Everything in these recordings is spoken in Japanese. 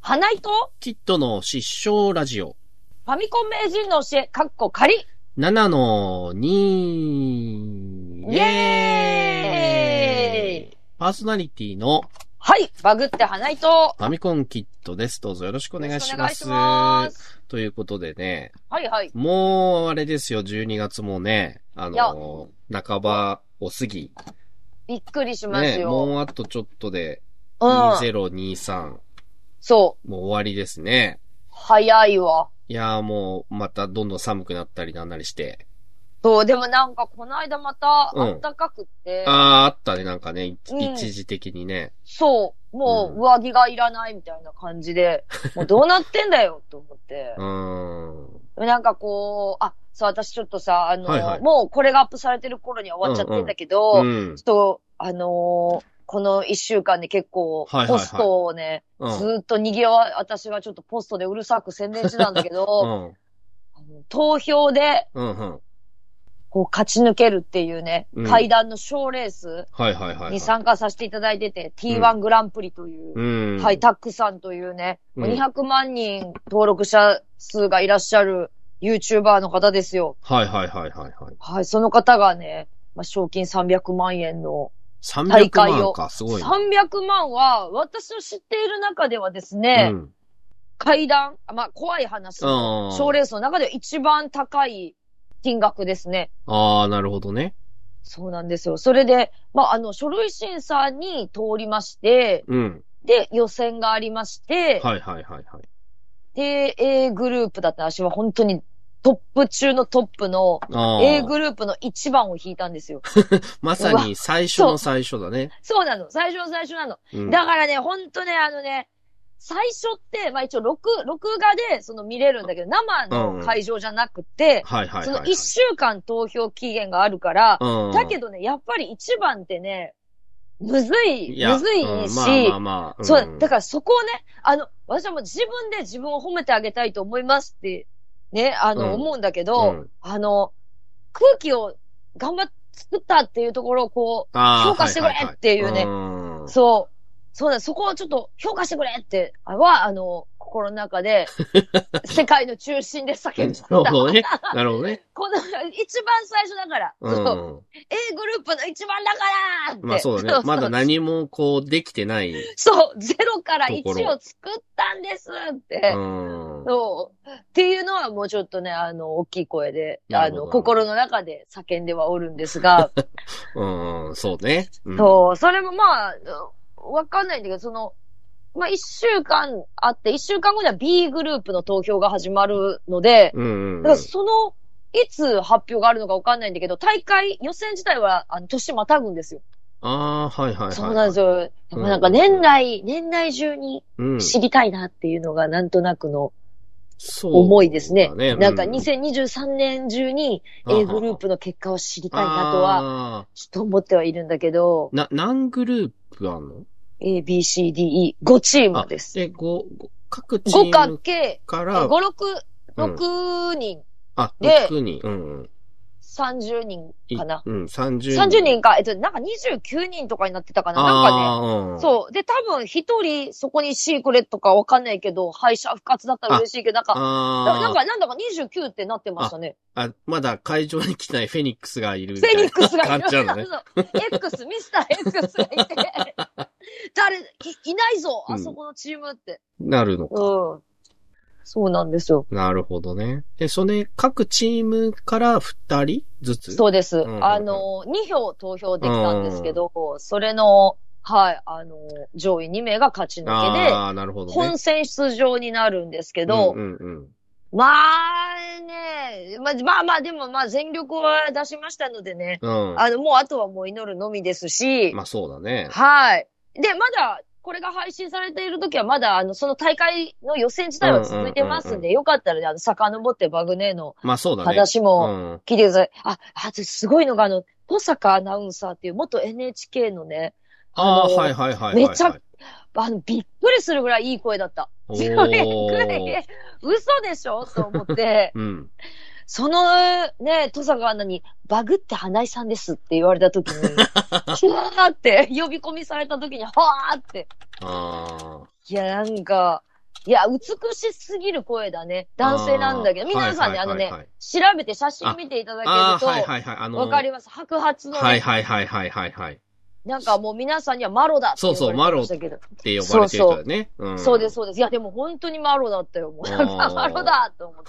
花糸キッドの失笑ラジオ。ファミコン名人の教え、かっこ仮7の2。イエーイパーソナリティのはい、バグって花糸ファミコンキッドです。どうぞよろしくお願いします。お願いします。ということでね、はいはい。もうあれですよ、12月もね、あの、半ばを過ぎ。びっくりしますね、よ。もうあとちょっとで、うん。 2023、そう。もう終わりですね。早いわ。いやーもう、またどんどん寒くなったりなんなりして。そう、でもなんかこの間また、うんあったかくって、あー、あったね、なんかね、いうん一時的にね。そう、もううん上着がいらないみたいな感じ で、もうどうなってんだよ、と思ってう。ーん。なんかこう、あ、そう、私ちょっとさ、あの、はいはいもうこれがアップされてる頃には終わっちゃってんだけど、うんちょっ。と、あのーこの一週間で結構、はいはいはいポストをね、うんずーっと賑わ、私がちょっとポストでうるさく宣伝してたんだけうど、あん。の投票で、うん。うん。こう、勝ち抜けるっていうね、うん階段の賞レースはいはいはい、はにい。参加させていただいてて、ん T1 グランプリという、うん。はい、。たくさんというね、うん200万人登録者数がいらっしゃる YouTuber の方ですよ。はいはいはいはいはい。はい、その方がね、まあ、賞金300万円の、大300会万をか、すごいね。 300万は、私の知っている中ではですね、うん。階段、あまあ、怖い話の、あ賞ーレースの中では一番高い金額ですね。あー、なるほどね。そうなんですよ。それで、まあ、あの、書類審査に通りまして、うん。で、予選がありまして、はいはいはいはい。で、A グループだった私は本当にトップ中のトップのあ A あ。グループの1番を引いたんですよ。まさに最初の最初だね。そうなの。最初の最初なの。うん。だからね、ほんとね、あのね、最初って、まあ一応録、録画でその見れるんだけど、生の会場じゃなくて、はいはいはいはい。その1週間投票期限があるから、うん。だけどね、やっぱり一番ってね、むずい、やむずいし、うんまあまあまあ。そう、だかからそこをね、あの、私はもう自分で自分を褒めてあげたいと思いますって、ね、あの、うん思うんだけど、うんあの、空気を頑張って作ったっていうところをこう、ら評価してくれっていうねうん。そう。そうだ、そこをちょっと評価してくれって、あは、あの、心の中 で、世界の中心で叫んなだ。るほどね。なるほどね。この、一番最初だから、うそうん。 A グループの一番だからって。まあそうだね。まだ何もこうできてない。うそう、ゼロから1ところを作ったんですって。ん。そう。っていうのはもうちょっとね、あの、大きい声で、なあるほどの、心の中で叫んではおるんですが、うん、そうね。うんそう、それもまあ、わかんないんだけど、その、まあ一週間あって、一週間後には B グループの投票が始まるので、うんうんだかうん。らその、いつ発表があるのかわかんないんだけど、大会、予選自体は、あの、年またぐんですよ。ああー、はいはいはい。そうなんですよ。よ。でもなんか年内、年内中にうん。知りたいなっていうのがなんとなくのそう思いですね。だなんかう2023年中に A グループの結果を知りたいなとは、は。あちょっと思ってはいるんだけどー、な、何グループあんの A, B, C, D, E、5チームです。で、ご、ご各チ5ーかムけ、か5、ら、 6、6人、あ、で6人。うんうん。 30人いかな。うん、30人。 30人か、えっと、なんか29人とかになってたかな。なんかね。あーうんそう。で、多分一人そこにシークレットかわかんないけど、敗者復活だったら嬉しいけど、なんか、あーなんか、なんだか29ってなってましたね。あ、まだ会場に来てないフェニックスがいるみフたいな。ェニックスがいる。感じ なのね X、ミスター X がいて、誰、いいないぞ、あそこのチームって。なるのうか。ん。そうなんですよ。なるほどね。で、それ、各チームから二人ずつそうです。んうんうんあの、2票投票できたんですけど、それの、はい、あの、上位2名が勝ち抜けで、ああ、なるほどね。本選出場になるんですけど、うんうんうん。まあね、まあまあまあ、でもまあ全力は出しましたのでね、うん。あの、もうあとはもう祈るのみですし、まあそうだね。はい。で、まだ、これが配信されている時は、まだ、あの、その大会の予選自体は続いてますうんうんんうんで、よかったらね、あの、遡ってバグネーのまあそうだね。話うもん。聞いてください。あ、あとすごいのが、あの、登坂アナウンサーっていう元 NHK のね、あああー、のはいはいはいはいはい。めちゃあの、びっくりするぐらいいい声だった。お それぐらーい、嘘でしょと思って、 うん。その、ね、登坂アナに、バグって花井さんですって言われた 時に、ふわーって呼び込みされた時に、はーって、ああ。いや、なんか、いや、美しすぎる声だね。男性なんだけど、あー皆さんね、はあいはのいはいねはい、調べて写真見ていただけああ、はいるはいはい。あと、の、わかります。白髪のね、はいはいはいはいはいはい。なんかもう皆さんにはマロだって言われてましたけど。って呼ばれてる人だよね。んそうです、。そうです。いや、でも本当にマロだったよ。もう、あーなんかマロだと思っ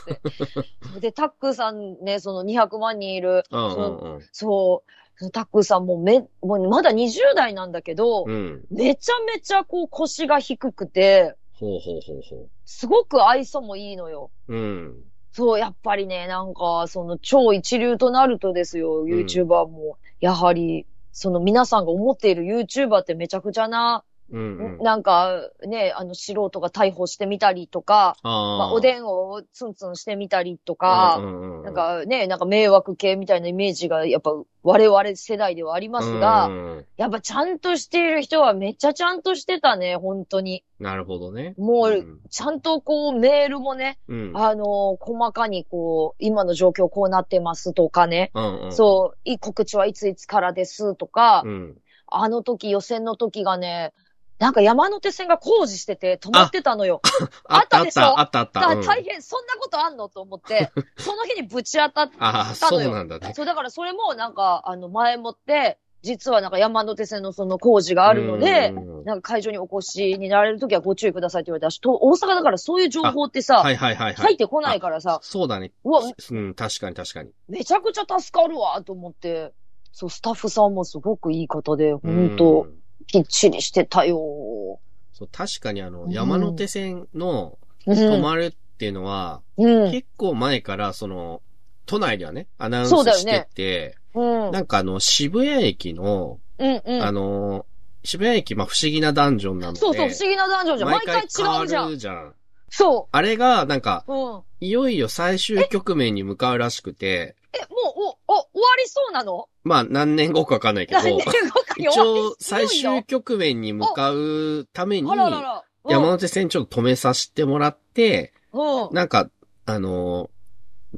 て。 で、タックさんね、その200万人いる、うんうんそう、そのタックさんもめ、もうまだ20代なんだけど、うん。うん。めちゃめちゃこう腰が低くて、ほうほうほうほすごく愛想もいいのよ。う。うん。そう、やっぱりね、なんか、その超一流となるとですよ、YouTuber も。やはり、その皆さんが思っている YouTuber ってめちゃくちゃな、うん、うん。なんかね、あの素人が逮捕してみたりとか、あまあ、あおでんをツンツンしてみたりとうか、んうんうん、なんかね、なんか迷惑系みたいなイメージが、やっぱ我々世代ではありますが、うんうんうんやっぱちゃんとしている人はめっちゃちゃんとしてたね、本当に。なるほどね。もう、うんちゃんとこうメールもね、うん。あのー細かにこう、今の状況こうなってますとかね、うんうん、そう、い告知はいついつからですとか、うん。あの時予選の時がね、なんか山手線が工事してて止まってたのよ。ああったあったでっしょた、あったあった。だからうん大変、そんなことあんのと思 って、その日にぶち当たっああ、たそのうよ。なんだね。そう、だからそれもなんか、あの、前もって、実はなんか山手線のその工事があるのでう、んうんうんなんか会場にお越しになられるときはご注意くださいって言われたし、と大阪だからそういう情報ってさ、はいはいはいは入っい。てこないからさ、そうだね。うわ、うん、確かに確かに。めちゃくちゃ助かるわ、と思って。そう、スタッフさんもすごくいい方で、ほうんんと、きっちりしてたよ。そう、確かにあのう、ん山手線のう止ん。まるっていうのは、うん。結構前から、その、都内ではね、アナウンスそうだよしねてて、うん。なんかあの、渋谷駅の、うん。うあん。の、渋谷駅、まあ、不思議なダンジョンなので、そうそう、不思議な男女じゃん。毎回違うじ変ゃわん。るじゃん。そあれが、なんか、う。うん。え、もいよいよ最終局面に向かうらしくて、う、お、お、終わりそうなのまあ、何年後かわかんない けど何、年後かに終わり一そうよ応、最終局面に向かうためにあ、ららら。うん山手線ちょっと止めさせてもらって、うん。なんか、あのー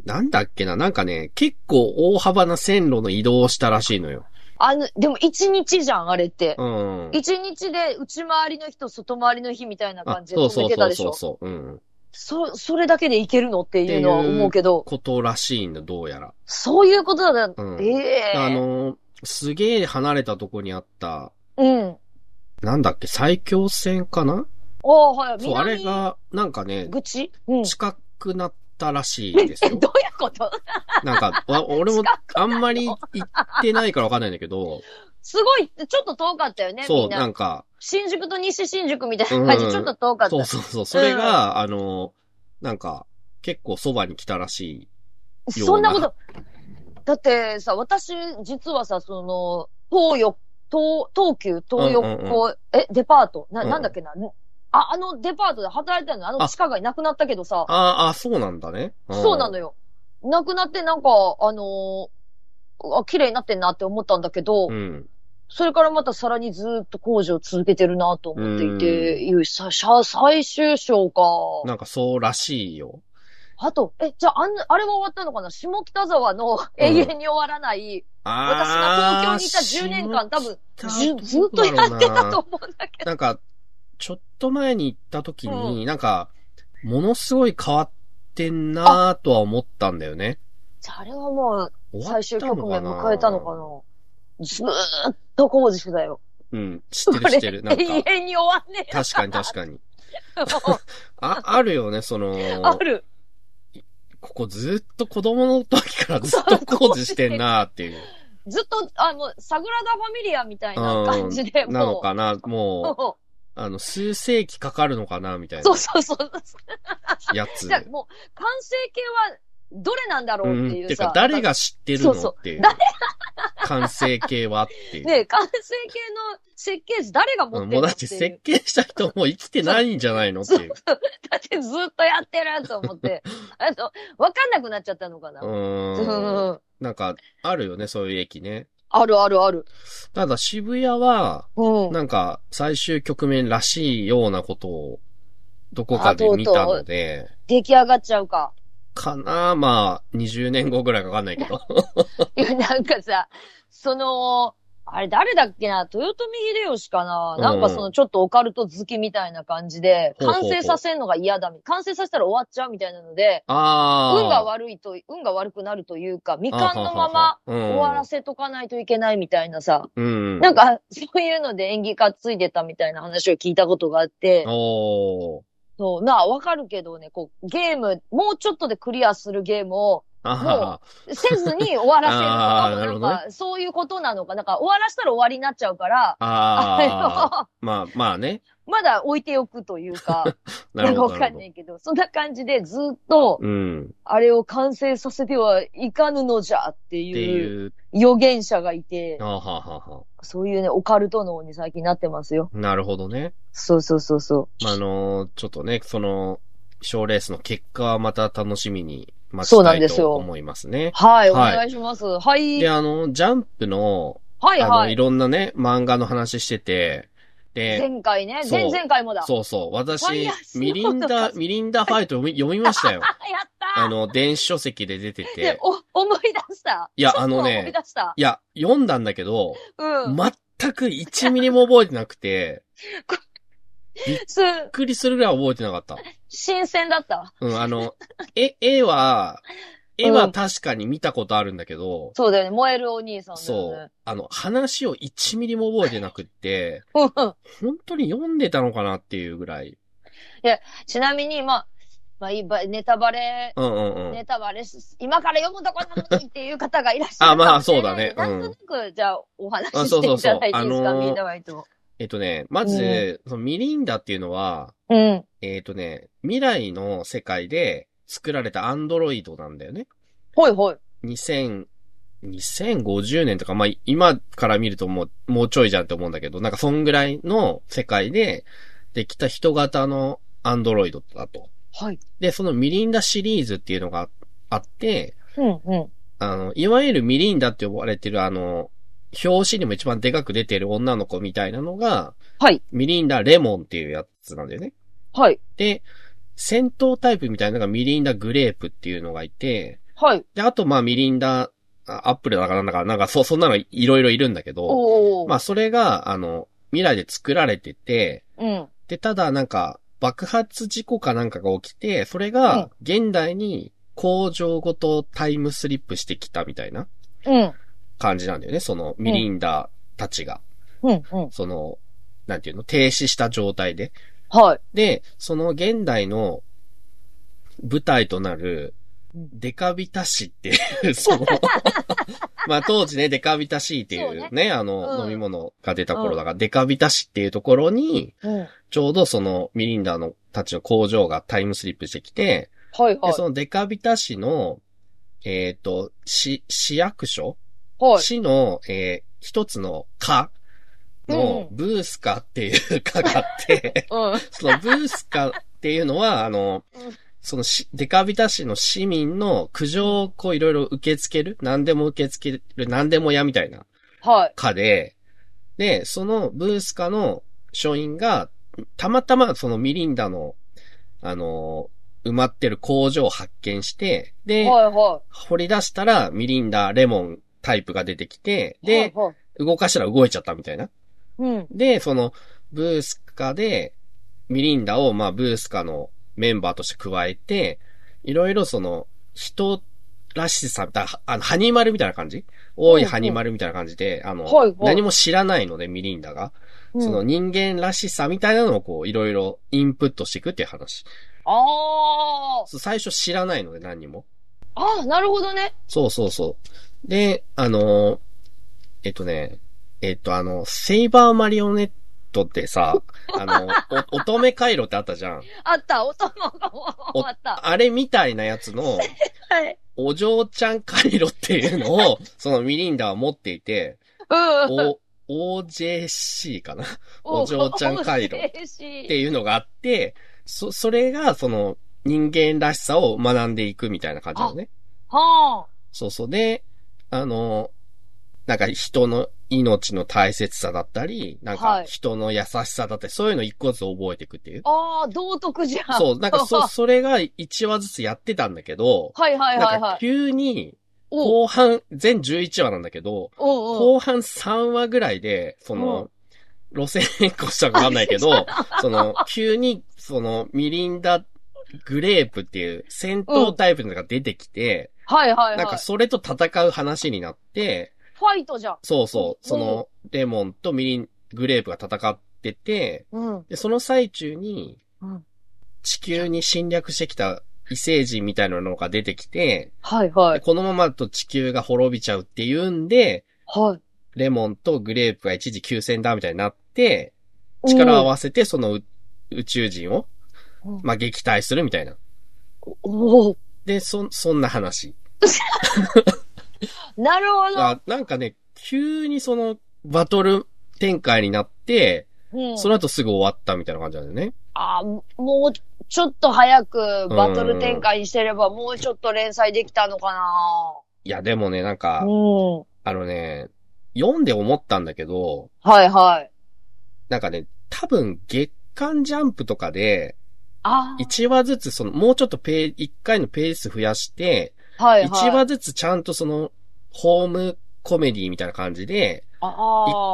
なんだっけな、なんかね、結構大幅な線路の移動をしたらしいのよ。あの、でも一日じゃん、あれって。うん。一日で内回りの日と外回りの日みたいなあ感じでそう止そめうてたでしそうょ。そう。うん。そ、それだけでいけるのっていうのは思うけど。ことらしいんだ、どうやら。そういうことだな。うんええあのーすげえ離れたとこにあった、うん。なんだっけ、最強線かなおおはい。そう、あれが、なんかね南、口うん。近くなったらしいですえ、よどうい。うことなんか、 わ俺も近あんまり行ってないからわかんないんだけど、すごい、ちょっと遠かったよね、みそんう、なな。んか、新宿と西新宿みたいな感じ、うんちょっと遠かった。そうそうそう、それが、あの、なんか、結構そばに来たらしようなそんなこと。だってさ、私、実はさ、その、東横、東、東急、東横、うんうんえ、デパートな、うんなんだっけな、あ、あのデパートで働いてたの、あの地下街なくなったけどさい。、あーあー、そうなんだね。そうなのよ。よ。なくなって、なんか、あのーあ、綺麗になってんなって思ったんだけど、うん。それからまたさらにずーっと工事を続けてるなと思っていて、うんいうさ、さ最終章か。なんかそうらしいよ。あと、え、じゃあ、あんなあれは終わったのかな下北沢の永遠に終わらない、私がああ、東京にいた10年間多分、下ずずっとやってたと思うんだけど。なんか、ちょっと前に行った時に、うなんか、ものすごい変わってんなーとは思ったんだよね。じゃあ、あれはもう、終わ最っ終た局の面かな迎えたのかなずーっと工事してたよ。うん、知ってる知ってる。な永んか、遠に終わんねえ確かに確か に。よ。あ、あるよね、その、ある。ここずっと子供の時からずっと工事してんなーっていう。ずっと、あの、サグラダ・ファミリアみたいな感じで、なのもかな、う、もう、もあの、数世紀かかるのかな、みたいうなそうそうそう。やつじ。ゃあもう、完成形はどれなんだろうっていん、てうさ。か、誰が知ってるのそうそうっていう。完成形はっていう。ねえ完成形の設計図誰が持うっんてもるのうだっってていう設計した人もう生きてないんじゃないのっていう。だってずっとやってると思 って。あの、わかんなくなっちゃったのかな。ううーん。んなんか、あるよね、そういう駅ね。あるあるある。ただ渋谷は、うん。なんか、最終局面らしいようなことを、どこかで見たので、出来上がっちゃうか。かなまあ、20年後ぐらいかわかんないけど。いや、なんかさ、その、あれ誰だっけな豊臣秀吉かなうんなんかそのちょっとオカルト好きみたいな感じで、ほうほ完うほう成させるのが嫌だ。完成させたら終わっちゃうみたいなので、ああ。運が悪いと、運が悪くなるというか、未完のままま終終わらせとかないといけないみたいなさ、うん。なんかそういうので演技がついてたみたいな話を聞いたことがあって、おー。そう、なあ、わかるけどね、こう、ゲーム、もうちょっとでクリアするゲームをあはは。せずに終わらせるの かあーもななるほんどねか、そういうことなのか、なんか終わらせたら終わりになっちゃうから、ああ。あまあまあね。の、 まだ置いておくというか、 ななんかるほわど。かんないけど、そんな感じでずっと、うん。あれを完成させてはいかぬのじゃってっていういう。予言者がいて、あははは。そういうね、オカルト脳に最近なってますよ。なるほどね。そうそうそうそう。まあ、あのーちょっとね、その、賞レースの結果はまた楽しみに待そちうなたんいですとよ思いますね。はい、おはい願いします。はい。で、はい、あの、ジャンプの、はい。あの、いろんなね、漫画の話してて、で、前回ね、そう前々回もだ。そうそう、ファイ私ヤー、スノーミリンとダ、かミリンダファイト読 み読みましたよ。あ、やったーあの、電子書籍で出てで て、。お、思い出した。いやちょっとあのね思い出した。いや、読んだんだけど、うん。全く1ミリも覚えてなくて、す、びっくりするぐらい覚えてなかった。新鮮だったわ。うん、あの、え、絵は、ん絵は確かに見たことあるんだけど、そうだよね。燃えるお兄さんだそよねう。。あの、話を1ミリも覚えてなくって、そう。本当に読んでたのかなっていうぐらい。 ちなみに、まあ、まあ、いいばネタバレ、うんうんうん。ネタバレし、今から読むとこなのにっていう方がいらっしゃるあまあかもしれないそうだねうんなんとなく、じゃあ、お話あしそしてうそういそうただいていいですあか、のーみんなはいと。えっとね、まず、そのミリンダっていうのは、うん。えっとね、未来の世界で作られたアンドロイドなんだよね。ほいほい。 2000、2050年とか、まあ、今から見るともう、もうちょいじゃんって思うんだけど、なんかそんぐらいの世界でできた人型のアンドロイドだと。はい。で、そのミリンダシリーズっていうのがあって、うん、うん。あの、いわゆるミリンダって呼ばれてるあの、表紙にも一番でかく出てる女の子みたいなのが、はい。ミリンダレモンっていうやつなんだよね。はい。で、戦闘タイプみたいなのがミリンダグレープっていうのがいて、はい。で、あとまあミリンダ、あアップルだからなんだから、なんかそう、そんなのいろいろいるんだけど、おお。まあそれが、あの、未来で作られてて、うん。で、ただなんか、爆発事故かなんかが起きて、それうんが、現代に工場ごとタイムスリップしてきたみたいなうん。感じなんだよね、そのミリンダたちが。うん、うん。その、なんていうの、停止した状態で。はい。で、その現代の舞台となるうん、デカビタ市っていう、 そ の、まあ当時ね、デカビタ市っていそううねね、あの、うん飲み物が出た頃だから、デカビタ市っていうところに、うん。ちょうどそのミリンダのたちの工場がタイムスリップしてきて、はい、はで、い。そのデカビタ市の、えっ、と、市、市役所、はい。市の、えー一つの課のうブース課っていう課があって、 うん。そのブースカっていうのは、あのうん、そのし、デカビタ市の市民の苦情をこういろいろ受け付ける、何でも受け付ける、何でもやみたいなはい。課で、で、そのブースカの署員が、たまたまそのミリンダの、あの、埋まってる工場を発見して、で、はい、は掘り出したらミリンダレモンタイプが出てきて、い。はで、いはい、動かしたら動いちゃったみたいな。うん。で、その、ブースカで、ミリンダを、まあ、ブースカのメンバーとして加えて、いろいろその、人らしさ、だあの、ハニマルみたいな感じ多いハニマルみたいな感じで、あの、はいはい何も知らないので、ミリンダが。うんその人間らしさみたいなのをこう、いろいろインプットしていくっていう話。あそう最初知らないので、何にも。あ。ああ、なるほどね。そうそうそう。で、あの、えっとね、えっとあの、セイバーマリオネットってさ、あの、お乙女回路ってあったじゃん。あった、お供が終わった。あれみたいなやつの、はい。お嬢ちゃん回路っていうのを、そのミリンダは持っていて、うん。お、OJC かなお嬢ちゃん回路お嬉しいっていうのがあって、そ、それが、その、人間らしさを学んでいくみたいな感じなのね。はそうそう。で、あの、なんか人の命の大切さだったり、なんはかい人の優しさだったり、そういうの一個ずつ覚えていくっていう。あ。ああ、道徳じゃん。そう、なんかそ、それが一話ずつやってたんだけど、はいはいはいなんはかい。急に、おう後半、全11話なんだけど、おうおう後半3話ぐらいで、その、路線変更したかわかんない けど、その、急に、その、ミリンダグレープっていう戦闘タイプのが出てきて、はいはいなんはかい。それと戦う話になって、ファイトじゃん。そうそう、その、レモンとミリン、グレープが戦ってて、うん。で、その最中にうん、地球に侵略してきた異星人みたいなのが出てきて、はいはでい。このままだと地球が滅びちゃうっていうんで、はい。レモンとグレープが一時休戦だみたいになって、力を合わせてそのう宇宙人をうん、まあ、撃退するみたいな。おおうで、そ、そんな話。なるほど。あなんかね、急にその、バトル展開になって、うん、その後すぐ終わったみたいな感じなんだよね。あもうちょっと早くバトル展開にしてれば、もうちょっと連載できたのかいや、でもね、なんかな。う、ん。あのね、読んで思ったんだけど、はいはい。なんかね、多分月間ジャンプとかで、あ1話ずつその、もうちょっとペー、1回のペース増やして、あ、はいはい。 1話ずつちゃんとその、ホームコメディみたいな感じで、あ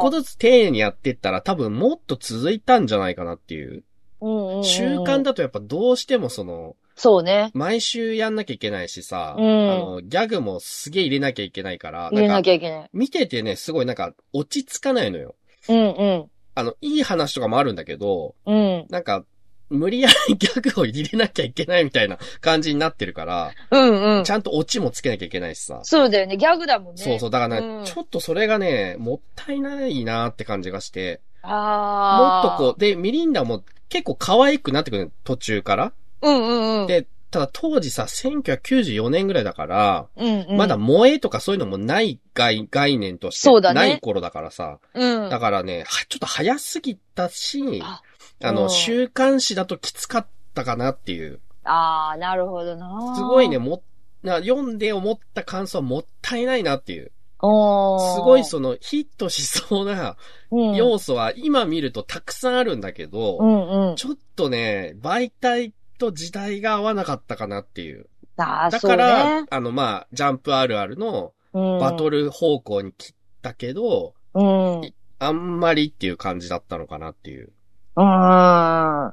1個ずつ丁寧にやってったら多分もっと続いたんじゃないかなっていう。個習慣。だとやっぱどうしてもその、そうね。毎週やんなきゃいけないしさ、うんあの、ギャグもすげえ入れなきゃいけないから、入れななんか、きゃいけない。見ててね、すごいなんか、落ち着かないのよ。うんあの、いい話とかもあるんだけど、うん。うん。なんか、無理やりギャグを入れなきゃいけないみたいな感じになってるから、うんうんち。ゃんとオチもつけなきゃいけないしさ。そうだよね。ギャグだもんね。そうそう。だからうね、んちょっとそれがね、もったいないなって感じがして、もっああ。とこう、で、ミリンダも結構可愛くなってくるの途中から。う。うんうんうん。でただ当時さ、1994年ぐらいだから、うんうん、まだ、萌えとかそういうのもない概概念としそうだて、ねない頃だからさ。うん。だからね、はちょっと早すぎたし、ああうの、ん週刊誌だときつかったかなっていう。ああ、なるほどな。すごいね、。も、な読んで思った感想はもったいないなっていう。おーすごいそのヒットしそうなうん。要素は今見るとたくさんあるんだけうど、んうん。ちょっとね、媒体と時代が合わなかったかなっていう。ああ、だそうから、ね。あのまあ、ジャンプあるあるのババトル。ル方向に切ったけど、うん。うん。あんまりっていう感じだったのかなっていう。うん。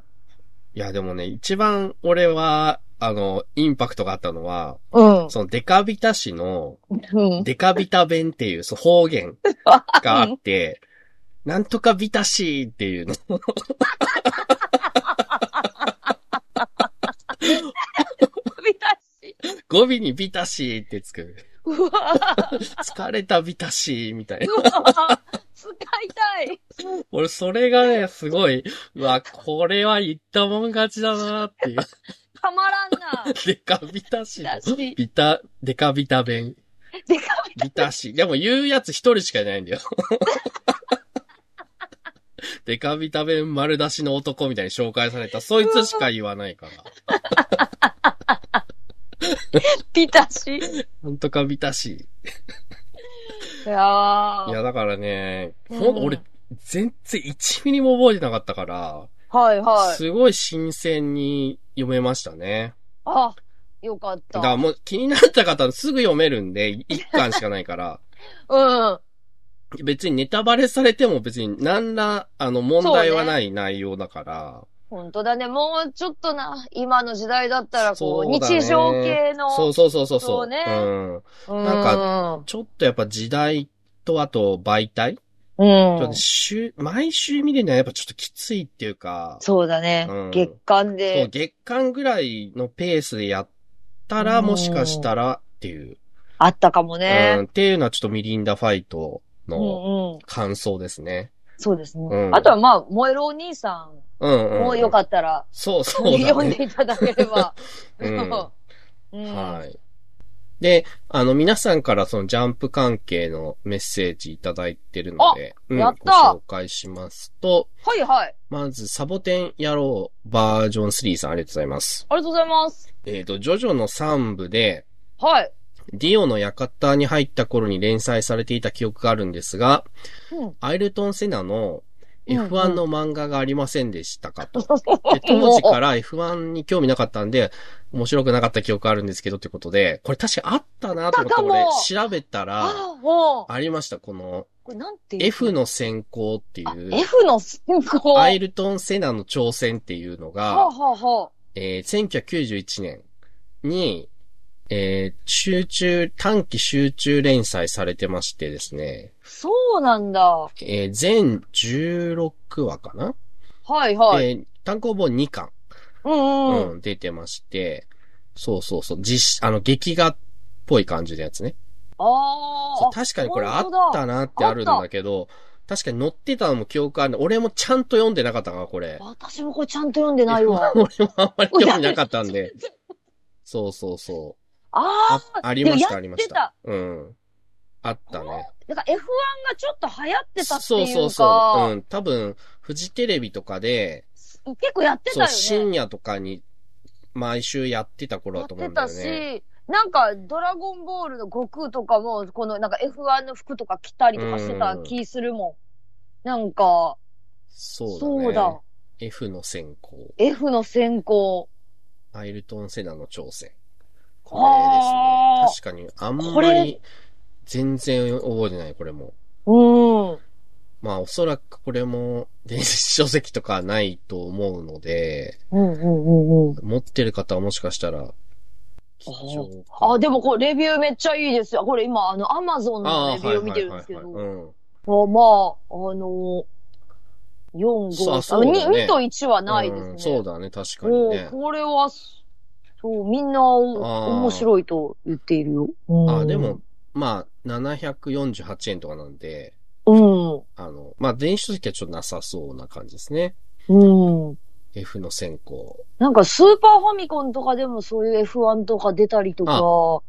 いやでもね、一番俺は、あの、インパクトがあったのは、うん。そのデカビタ市の、うん。デカビタ弁っていう、そう、方言があ って、なんとかビタシーっていうの。見たし。語尾にビタシーってつく。うわ疲れたビタシーみたいな。うわ使いたい。俺、それがね、すごい、うわ、これは言ったもん勝ちだなっていう。たまらんな。デカビタシだー。し、でビタ、デカビタ弁。かビタシー。でも言うやつ一人しかいないんだよ。 デカビタ弁丸出しの男みたいに紹介された。そいつしか言わないから。ピタシ。いなんとかビタシー。やーいや、だからね、うんほんと俺、全然1ミリも覚えてなかったから、はいはい。すごい新鮮に読めましたね。あ、よかっだからた。もう気になった方はすぐ読めるんで、1巻しかないから、うん。別にネタバレされても別に何ら、あの、問題はない内容だから、本当だね。もうちょっとな、今の時代だったら、こう、そうだね日常系の。そうそうそうそうそそうう、ねうん。うんなんちょっとやっぱ時代とあと媒体、うんちょっと週、毎週見るのはやっぱちょっときついっていうか、そうだねうん。月間そう、で。月間ぐらいのペースでやったら、うんもしかしたらっていう、あったかもうん。ね。っていうのはちょっとミリンダファイトうのんうん。感想ですね。そうですうね。んあとはまあ、燃えるお兄さうんんうん。もよった。かったら、そうそうだ読んね。でいただければ。 うんうんはい。で、あの、皆さんからそのジャンプ関係のメッセージいただいてるので、うん、やったご紹介しますと、はいはい。まず、サボテン野郎バージョン3さんありがとうございます。ありがとうございます。えっ、と、ジョジョの3部で、はい。ディオの館に入った頃に連載されていた記憶があるんですが、うんアイルトン・セナのうんうん F1 の漫画がありませんでしたかと。で当時から F1 に興味なかったんで、面白くなかった記憶あるんですけどってことで、これ確かあったなと思って、あったか俺も調べたら、あ、もう。ありました、このこれなんていう F の選考っていあう、 F の進行。アイルトン・セナの挑戦っていうのはあ、が、はあはえー1991年に、えー集中、短期集中連載されてましてですね、あ、そうなんだ。はえー全16話かな、いはい。えー単行本2巻、うんうんうん。うん、出てまして、そうそうそう、実写、あの、劇画っぽい感じのやつね。あそうあ。確かにこれあ本っ当だたなってあるんだけど、確かに載ってたのも記憶あるんだ俺もちゃんと読んでなかったから、これ。。私もこれちゃんと読んでないわ 俺もあんまり興味なかったん で。そうそうそう。ああ、ありましでた、もありました。うん。あったね。あ。だから F1 がちょっと流行ってたってそういそううそう。うか、ん。多分、フジテレビとかで、結構やってたそう、よ深ね。夜とかに、毎週やってたや頃だっと思うてんだたよね。し、なんかドラゴンボールの悟空とかも、このなんか F1 の服とか着たりとかしてた気するもん。なんか、そうだね。そうだ。 F の選考。 F の先行。アイルトン・セナの挑戦。こあーれですね。確かに、あんこまりれ、全然覚えてない、これも。うん。まあ、おそらくこれも、電子 書籍とかないと思うので、うんうんうんうん。持ってる方はもしかしたら、貴重かなあ、でもこれレビューめっちゃいいですよ。これ今、あの、アマゾンのあレビューを見てるんですけど。あ、ーまはいはいはいはいうあ、んあの、4、そう5、そうだね 2, と1はないですね。うんそうだね、確かにおね。これは、そう、みんな面白いと言っているよ。うんあ、でも、、まあ、748円とかなんで、うん、あの、まあ、電子書籍はちょっとなさそうな感じですね。うん。 F の選考。なんかスーパーファミコンとかでもそういう F1 とか出たりとか、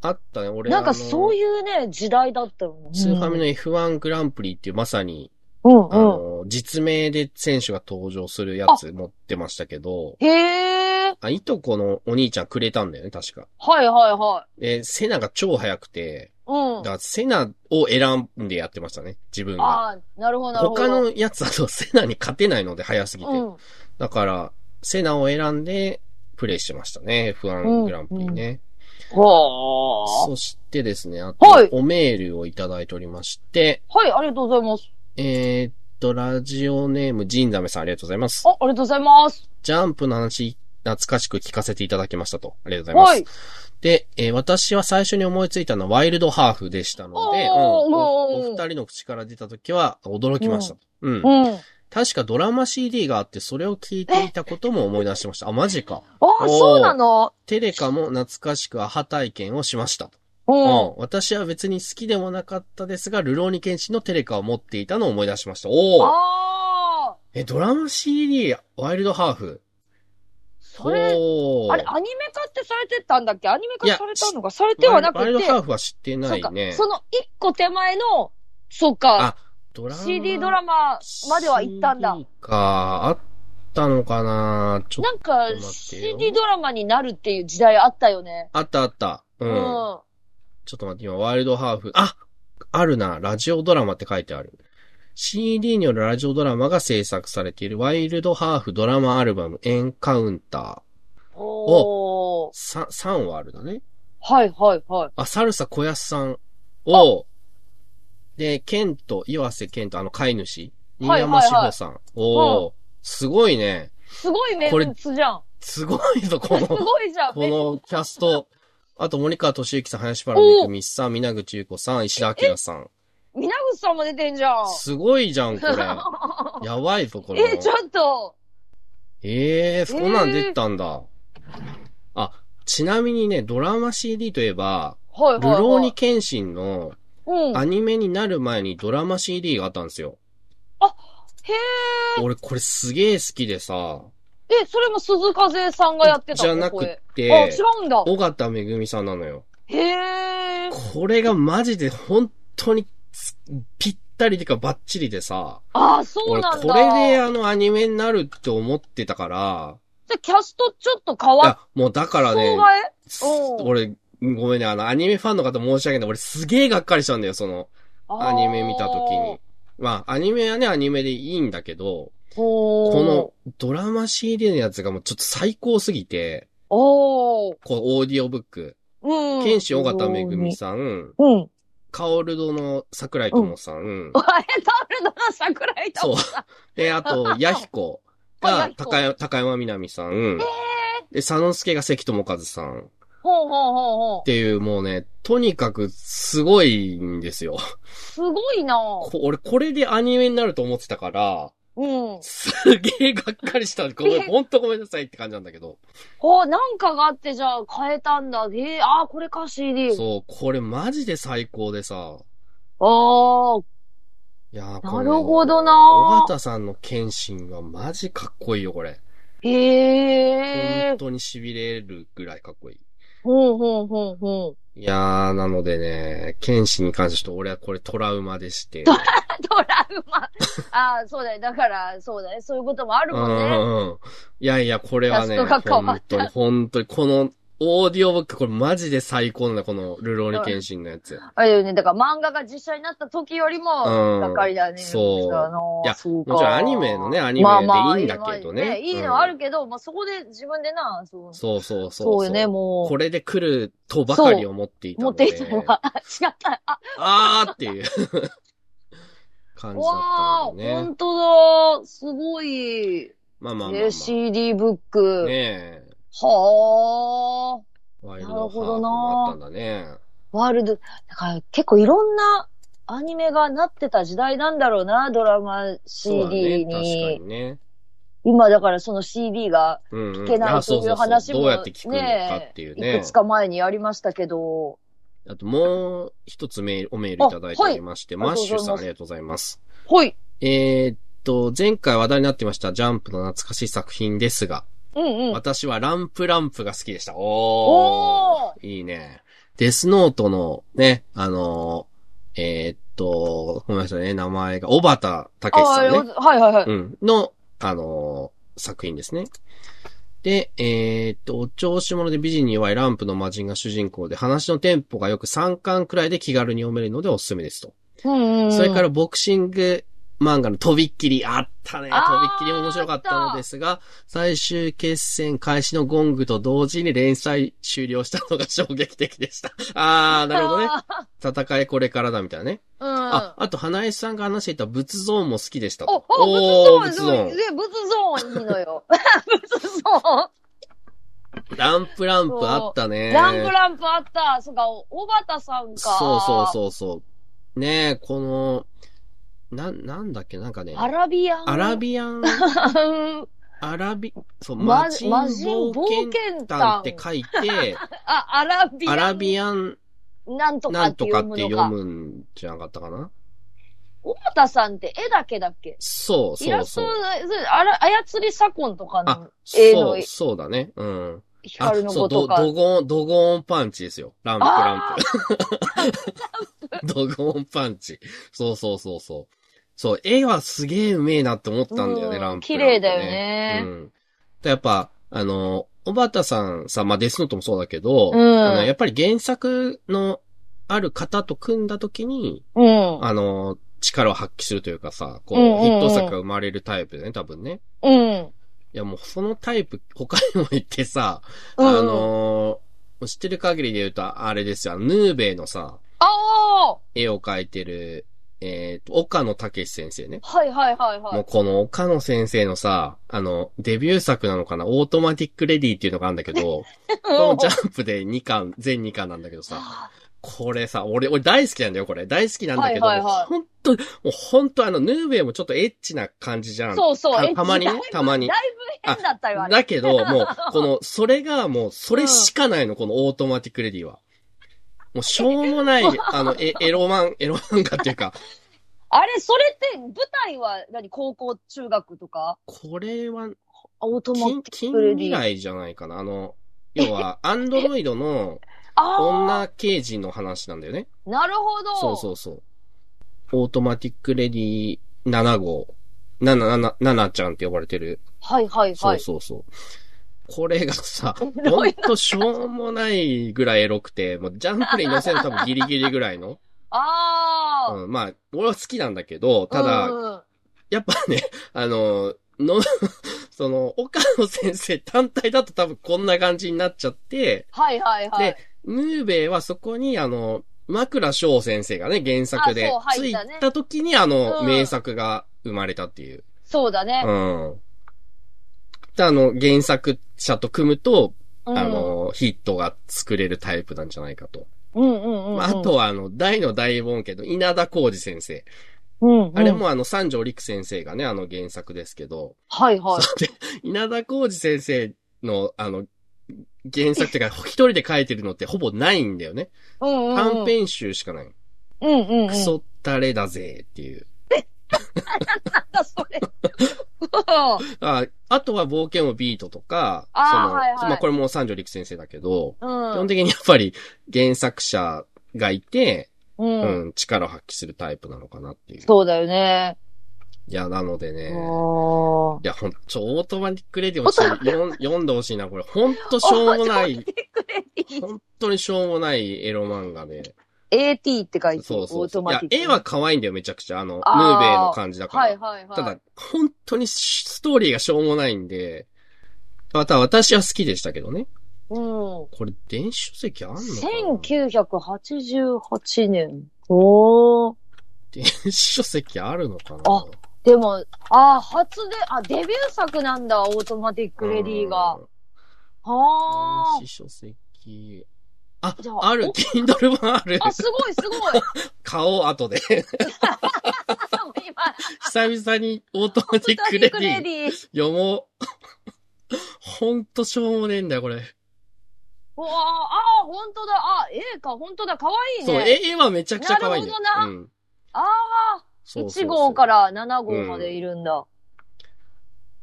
あったね、俺なんかあのそういうね、時代だったよね。スーファミの F1 グランプリっていうまさに、うんあうん。の、実名で選手が登場するやつ持ってましたけど、へえ、あ、いとこのお兄ちゃんくれたんだよね、確か。はいはいはで、セナが超速くて、い。うだんか。らセナを選んでやってましたね、自分が。ああ、なるほどなるほど。他のやつだとセナに勝てないので、速すぎて。うん。だから、セナを選んで、プレイしてましたね、F1 グランプリね。はあ。そしてですね、あとはい、おメールをいただいておりまして、はい、ありがとうございます。えーっと、ラジオネーム、ジンザメさん、ありがとうございますあ、。ありがとうございます。ジャンプの話、懐かしく聞かせていただきましたと。ありがとうござはいいます。。で、えー私は最初に思いついたのはワイルドハーフでしたので、うんおーおおーお二人の口から出た時は驚きましたと。うんう。ん。あ、確かドラマ CD があって、それを聞いていたことも思い出しました。あ、マジか。そうなのテレカも懐かしくアハ体験をしましたと。うん。うん。私は別に好きでもなかったですが、ルローニケンシンのテレカを持っていたのを思い出しました。おおああ。え、ドラマ CD、ワイルドハーフ。それ、おーあれ、アニメ化ってされてたんだっけアニメい化やされたのかされてはなくワイルてド、ハーフは知ってなそういかね。その一個手前の、そっか、あドラ CD ドラマまでは行ったんだ。。 CD か、あったのかなちょっなと。んか待って、よ CD ドラマになるっていう時代あったよね。あったあった。う。うんん。ちょっと待って、今、ワイルドハーフ。ああるな。ラジオドラマって書いてある。CD によるラジオドラマが制作されているワイルドハーフドラマアルバムエンカウンタおー。ー。3、三はあるだね。はいはいはい。あ、サルサ小安さんを、で、ケント、岩瀬ケント、あの飼い主、新はいはい山はい志保さん。おお、すごいね。すごいメンツじゃん。すごいぞ、こ すの、ごいじゃん。こめっのキャスト。あと、森川敏之さん、林原めぐみさん、皆口優子さん、石田明さん。皆口さんも出てんじゃん。すごいじゃん、 これ。やばいぞ、これ。え、ちょっと。ええー、そんなん出てたんだ。あ、ちなみにね、ドラマ CD といえば、はいはルい、はい。ローニケンシンのうん。アニメになる前にドラマ CD があったんですよ。へ俺これすげえ好きでさ、え。え、それも鈴風さんがやってたじのゃなくこれあ、て違、うんだ。尾形めぐみさんなのよ。へえ。これがマジで本当につぴったりてかバッチリでさ、あ、そう俺なんだ。これであのアニメになるって思ってたから、じゃあキャストちょっと変いわっや、もうだからねそう、がえうん俺、ごめんね、あのアニメファンの方申し訳ない。俺すげえがっかりしたんだよ、そのあーアニメ見た時に。まあ、アニメはね、アニメでいいんだけど、おー。このドラマ CD のやつがもうちょっと最高すぎて、おー。こう、オーディオブック。うん。剣士尾形めぐみさん、うん。 わカオルドの桜井智されん、たるのが桜井と。そう。 で、あと、ヤヒコがあ高山高山みなみさん、で、佐野助が関智和さんっほうほうほうほう。ていう、もうね、とにかくすごいんですよ。すごいなこ俺、これでアニメになると思ってたから、うん。すげえがっかりした。ごめん、ほんとごめんなさいって感じなんだけど。ほう、なんかがあってじゃあ変えたんだ。えー、あー、これか CD。そう、これマジで最高でさ。あー。いやーなるほどな小畑さんの剣心はマジかっこいいよ、これ。へ本ー。当に痺れるぐらいかっこいい。ほうほうほうほう。いやー、なのでね、剣心に関してちょっと俺はこれトラウマでし て。ドラマ。あー、そうだね。だから、そうだね。そういうこともあるうもんんうね。んうん。いやいや、これはね、キャストが変わ本当に、本当に、この、オーディオブック、これマジで最高なんだ、この、ルローニケンシンのやつ。あれよね。だから漫画が実写になった時よりうんも、がっかりだね。そうあのいやそうかもちろんアニメのね、アニメまあでまあ、いいんだけどね。まあいいのはあるけど、まあそこで自分でな、そう。そうそうそうそうよね、も。これで来るとばかり思っていうた持のってで。いたのは、違った。あ、あーっ ていう感じだったわのー、でほね。んとだ。すごい。まあまあまあ、まね、あ。 CD ブック。ねえ。はあ。ワイルドハートもあったんだね。ワールド、だから結構いろんなアニメがなってた時代なんだろうな、ドラマそうだね CD に。。確かにね。今だからその CD がうん、うん。聞けないあとそういそううそ話う。もどうやって聞くのかっていういねくつ。か前にやりましたけど。あともう一つメール、おメールいただいておりまして、はいマッシュさんあありりがとうございます。ほい。えーっと、前回話題になってましたジャンプの懐かしい作品ですが、うんうん。私はランプランプが好きでした。おー。おーいいね。デスノートのね、あのーえーっと、ごめんなさいね、名前が、小畑あ武さんね。はいはいはい。うん。の、あのー作品ですね。で、えーっと、お調子者で美人に弱いランプの魔人が主人公で、話のテンポがよく3巻くらいで気軽に読めるのでおすすめですと。うんうん、、それかららボクシング漫画のとびっきりあったね。あーとびっきりも面白かったのですが、最終決戦開始のゴングと同時に連載終了したのが 衝撃的でした。あー、なるほど ね。戦いこれからだみたいなね。うん。あ、あと、花江さんが話していた仏像も好きでしたお、と。お、おー仏像仏で、仏像いいの よ。仏像像。ランプランプあったね。ランブランプあった。そっか、小畑さんか。そうそうそうそう。ねえ、この、な、なんだっけ、なんかね。アラビアン。アラビアン、ア ン。アラビ、そう、魔魔人人冒冒険険団団って書いて、あ、アラビアン。アラビアンなんとかなっんてとか読っむての読か。むんじゃなかったかな小畑さんって絵だけだっけそうイそラうスト、そ。そうあら、操り左近とかあの、絵のそう、そうだね。うん。あ光、のそ子う、ドとか。ドゴン、ドゴンパンチですよ。ランプ、ラあンプ。ドゴンパンチ。そうそうそうそう。そう、絵はすげえうめえなって思ったんだよね、うんランプ。綺麗だよラねンプうん。でやっぱ、あの、小畑さんさ、まあ、デスノートもそうだけど、うんあのやっぱり原作のある方と組んだ時に、うん。あの、力を発揮するというかさ、こう、うんうんうんヒット作が生まれるタイプだね、多分ね。うん。いや、もうそのタイプ、他にもいてさ、うんあのー知ってる限りで言うと、あれですよ、あのヌーベイのさ、あ絵を描いてる、えっ、と、岡野武先生ね。あはいはいはいはもうい。この岡野先生のさ、あの、デビュー作なのかな、オートマティックレディっていうのがあるんだ けど、これもジャンプで2巻、全2巻なんだけどさ、これさ、俺、俺大好きなんだよ、これ。大好きなんだけど、はいはいはい本当もう本当あの、ヌーベイもちょっとエッチな感じじゃん。そうそう。たえたまにねだいぶたまにだいぶ変だったよ、あれ。だけど、もう、この、それがもう、それしかないの、このオートマティックレディは。もう、しょうもない、あの、エエロマン、エロ漫画っていうか、あれ、それって、舞台は何、高校、中学とかこれは、あオートマ近、ティッ近クレデ未ィ。来じゃないかな。あの、要は、アンドロイドのあ女刑事の話なんだよね。あ、なるほど。そうそうそう。オートマティックレディ7号。7、7、7ちゃんって呼ばれてる。はいはいそはうい。そうそう。これ がさ、ほエロんいとしょうもないぐらいエロくて、もうジャンプに載せる多分ギリギリぐらいの。 ああうん、まあ、俺は好きなんだけど、あ。ただ、うんうんやっぱね、 あの、の、 その、岡野先生単体だと多分こんな感じになっちゃって、はいはいはい。でヌーベイはそこにあの、枕翔先生がね、原作であそう、つ入っいたねた時にあの、うん名作が生まれたっていう。そうだね。うん。で、あの、原作者と組むと、うんあ、の、ヒットが作れるタイプなんじゃないかと。うんうんうん。まあ、あと、はあの、大の大冒険の稲田浩二先生。うんうん、あれ。もあの、三条陸先生がね、あの原作ですけど、はいはい。稲田浩二先生の、あの、原作っていうか、一 人で書いてるのってほぼないんだよね。うんうん、うん。短。編集しかない。うんうん、うん。クソったれだぜっていう。なんだそれ。ああとは冒険をビートとか、あーその、はいはいまあこれも三条陸先生だけど、うん。基本的にやっぱり原作者がいて、うん。うん、力を発揮するタイプなのかなっていう。そうだよね。いや、なのでね。おーいや、ほんちょ、オートマティックレディオちょっと読ん読んでほしいな、これ。ほんとしょうもない、 本当にしょうもないエロ漫画で。 AT って書いてる。そうそオうートそう。いマやティッ、ク。絵は可愛いんだよ、めちゃくちゃ。あの、ヌあーーベイの感じだから。はいはいはい。ただ、本当にストーリーがしょうもないんで、また私は好きでしたけどね。うん。これ、電子書籍あんのかな1988年。おー。電子書籍あるのかなあでも、あー、初で、あ、デビュー作なんだ、オートマティックレディーが。。はうん電子書籍。ー。じゃある、Kindle 版ある。あ、すごいすごい。買おう、後で。多分今、久々にオートマティックレデ ィィー。読もう。 ほんとしょうもねえんだよ、これ。うわーあー、ほんとだ。あ、絵か、ほんとだ。かわいいね。そう、絵はめちゃくちゃ可愛いね。なるほどうん、ああ、そうそうそう1号から7号までいるんだ。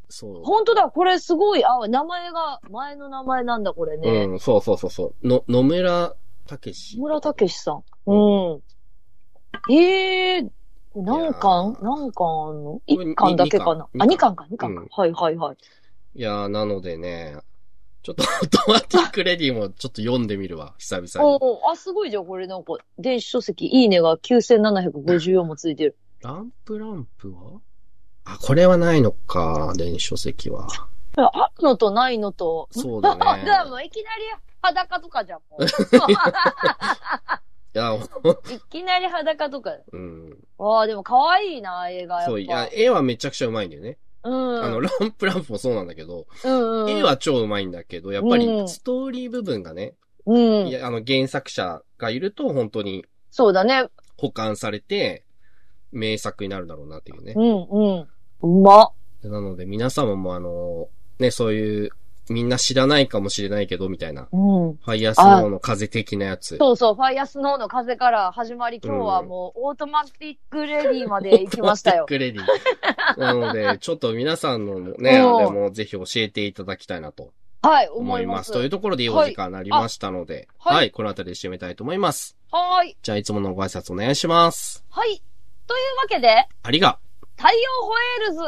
そほんとだ、これすごい。あ、名前が、前の名前なんだ、これう。ね。うん、そうそうそうそう。の、野村武史。村武史さん。うん。ええー、何巻いやー何巻あんのこれ ?1 巻だけかな。あ、二2巻巻か、2巻うんか。はいはいはい。いやー、なのでね、ちょっとオートマティックレディもちょっと読んでみるわ、久々に。おーあ、すごいじゃん、これなんか、電子書籍、いいねが9754もついてる。ランプランプはあ、これはないのか、電子書籍は。あるのとないのと。そうだ ね。だからもういきなり裸とかじゃん、も ういや、いきなり裸とか。うん。わあ、でも可愛いな、映画やっぱ。そう、いや、絵はめちゃくちゃうまいんだよね。うん。あの、ランプランプもそうなんだけど、うんうん、絵、は超うまいんだけど、やっぱりうんストーリー部分がね、うんい。やあの原作者がいると本当にそうだね。保管されて、名作になるだろうなっていうねう。んうん。うま。なので皆様もあの、ね、そういう、みんな知らないかもしれないけど、みたいな。うん。ファイヤースノーの風的なやつ。そうそう、ファイアスノーの風から始まり、今日はもう、オートマティックレディまで行きま したよ。ク レディ。なので、ちょっと皆さんのね、うんあれもぜひ教えていただきたいなとはい、思思いいまます。す。というところでいいお時間になりましたので、はいあはいはい、この辺りで締めたいと思います。はーい。じゃあ、いつものご挨拶お願いします。はい。というわけで、ありが。太陽ホエールズ、